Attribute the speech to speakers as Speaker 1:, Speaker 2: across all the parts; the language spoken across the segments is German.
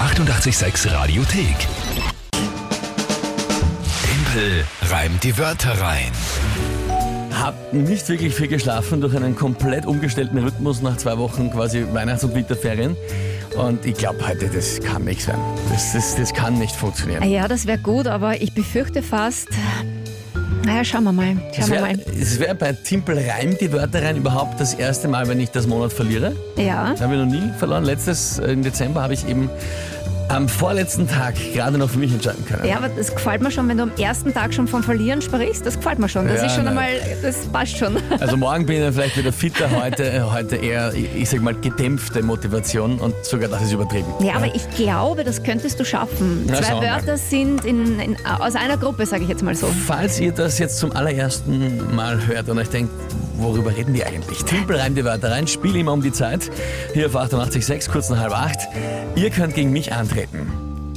Speaker 1: 886 Radiothek. Tempel reimt die Wörter rein.
Speaker 2: Hab nicht wirklich viel geschlafen durch einen komplett umgestellten Rhythmus nach zwei Wochen quasi Weihnachts- und Winterferien. Und ich glaube heute, das kann nichts werden. Das, das, das kann nicht
Speaker 3: Ah
Speaker 2: funktionieren.
Speaker 3: Ja, das wäre gut, aber ich befürchte fast. Naja, schauen wir mal. Schauen
Speaker 2: Es
Speaker 3: wir
Speaker 2: wäre
Speaker 3: mal.
Speaker 2: wär bei Timpel reimt die Wörter rein überhaupt das erste Mal, wenn ich das Monat verliere.
Speaker 3: Ja.
Speaker 2: Das habe ich noch nie verloren. Letztes äh, im Dezember habe ich eben am vorletzten Tag gerade noch für mich entscheiden können.
Speaker 3: Ja, aber das gefällt mir schon, wenn du am ersten Tag schon vom Verlieren sprichst. Das gefällt mir schon. Das
Speaker 2: Ja,
Speaker 3: ist schon
Speaker 2: nein.
Speaker 3: einmal, das passt schon.
Speaker 2: Also morgen bin ich dann vielleicht wieder fitter, heute, äh, heute eher, ich ich sag mal, gedämpfte Motivation und sogar das ist übertrieben.
Speaker 3: Ja, aber ich glaube, das könntest du schaffen.
Speaker 2: Na,
Speaker 3: Zwei
Speaker 2: schauen wir mal.
Speaker 3: Wörter sind in, in, aus einer Gruppe, sage ich jetzt mal so.
Speaker 2: Falls ihr das jetzt zum allerersten Mal hört und euch denkt, worüber reden die eigentlich? Timpel reimt die Wörter rein, spiel immer um die Zeit. Hier auf 88.6, kurz nach halb acht. Ihr könnt gegen mich antreten.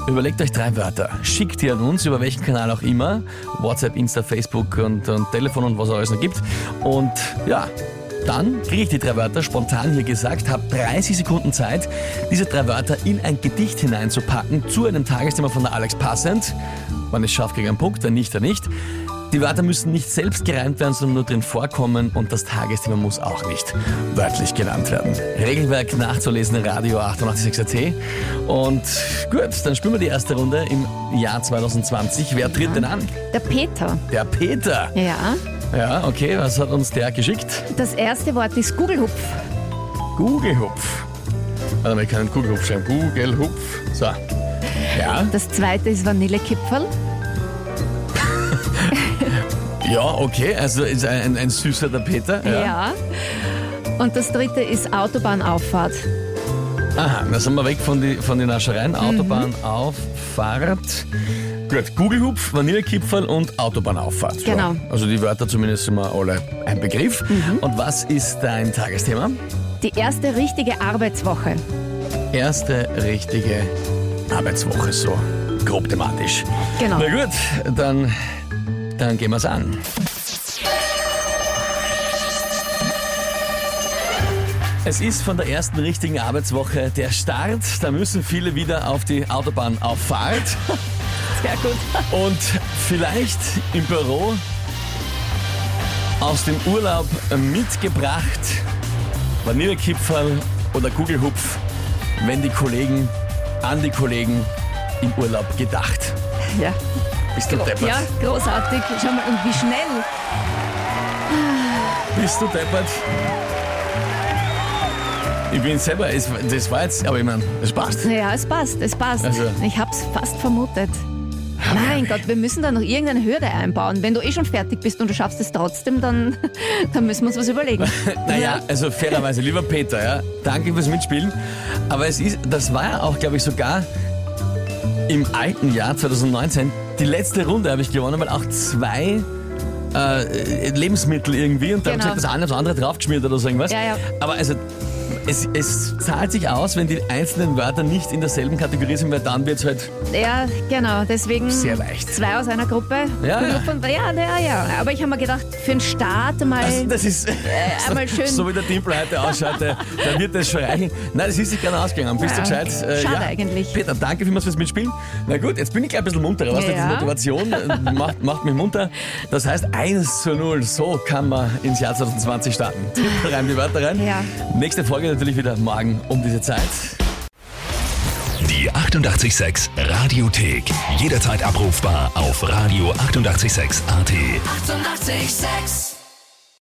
Speaker 2: Überlegt euch drei Wörter, schickt die an uns, über welchen Kanal auch immer. WhatsApp, Insta, Facebook und, und Telefon und was es alles noch gibt. Und ja, dann kriege ich die drei Wörter spontan hier gesagt, habe 30 Sekunden Zeit, diese drei Wörter in ein Gedicht hineinzupacken, zu einem Tagesthema von der Alex passend. Wenn ich schafft, kriege ich einen Punkt, wenn nicht, dann nicht. Die Wörter müssen nicht selbst gereimt werden, sondern nur drin vorkommen und das Tagesthema muss auch nicht wörtlich genannt werden. Regelwerk nachzulesen, Radio 886 AT. Und gut, dann spielen wir die erste Runde im Jahr 2020. Wer tritt denn an?
Speaker 3: Der Peter.
Speaker 2: Der Peter.
Speaker 3: Ja.
Speaker 2: Ja, okay, was hat uns der geschickt?
Speaker 3: Das erste Wort ist Googlehupf.
Speaker 2: Gugelhupf. Warte mal, ich kann einen Gugelhupf schreiben. Gugelhupf. So. Ja,
Speaker 3: Das zweite ist Vanillekipferl.
Speaker 2: ja, okay. Also ist ein, ein, ein süßer der Peter.
Speaker 3: ja. Und das dritte ist Autobahnauffahrt.
Speaker 2: Aha, dann sind wir weg von, die, von den Naschereien. Autobahn auf Fahrt. Gut, Gugelhupf, Vanillekipferl und Autobahnauffahrt.
Speaker 3: Genau.
Speaker 2: So. Also die Wörter zumindest sind wir alle ein Begriff. Und was ist dein Tagesthema?
Speaker 3: Die erste richtige Arbeitswoche.
Speaker 2: Erste richtige Arbeitswoche, so grob thematisch.
Speaker 3: Genau.
Speaker 2: Na gut, dann, dann gehen wir's an. Es ist von der ersten richtigen Arbeitswoche der Start. Da müssen viele wieder auf die Autobahn auf Fahrt.
Speaker 3: Sehr gut.
Speaker 2: Und vielleicht im Büro aus dem Urlaub mitgebracht Vanillekipferl oder Kugelhupf, wenn die Kollegen an die Kollegen im Urlaub gedacht.
Speaker 3: Ja.
Speaker 2: Bist du deppert?
Speaker 3: Genau. Ja, großartig. Schau mal, und wie schnell.
Speaker 2: Bist du deppert? Ich bin selber, es- das war jetzt, aber ich meine, das passt.
Speaker 3: Ja, es passt, es passt.
Speaker 2: Also.
Speaker 3: Ich hab's fast vermutet. Mein Gott, wir müssen da noch irgendeine Hürde einbauen. Wenn du eh schon fertig bist und du schaffst es trotzdem, dann, dann müssen wir uns was überlegen.
Speaker 2: Naja, also fairerweise, lieber Peter, ja, danke fürs Mitspielen. Aber es ist, das war ja auch, glaube ich, sogar im alten Jahr 2019 die letzte Runde habe ich gewonnen, weil auch zwei äh, Lebensmittel irgendwie und da
Speaker 3: Genau.
Speaker 2: habe ich gesagt, das eine aufs andere draufgeschmiert oder so irgendwas.
Speaker 3: Ja, ja.
Speaker 2: Aber also es, es zahlt sich aus, wenn die einzelnen Wörter nicht in derselben Kategorie sind, weil dann wird es halt
Speaker 3: Ja, genau, deswegen
Speaker 2: Sehr leicht.
Speaker 3: zwei aus einer Gruppe.
Speaker 2: Ja,
Speaker 3: Nur
Speaker 2: ja.
Speaker 3: Von, ja, ja, ja. Aber ich habe mir gedacht, für den Start mal.
Speaker 2: Das, Also, das ist
Speaker 3: äh, einmal schön-
Speaker 2: so wie der Timpel heute ausschaut, äh, da wird das schon reichen. Nein, das ist nicht gerne ausgegangen. Bist du
Speaker 3: Ja.
Speaker 2: gescheit? Äh,
Speaker 3: Schade eigentlich.
Speaker 2: Peter, danke vielmals fürs Mitspielen. Na gut, jetzt bin ich gleich ein bisschen munterer. Was
Speaker 3: Ja.
Speaker 2: ja. Motivation äh, macht, macht mich munter. Das heißt 1 zu 0, so kann man ins Jahr 2020 starten. Timpel rein, die Wörter rein.
Speaker 3: Ja.
Speaker 2: Nächste Folge natürlich wieder morgen um diese Zeit.
Speaker 1: Die 886 Radiothek. Jederzeit abrufbar auf radio886.at. 886!
Speaker 4: 886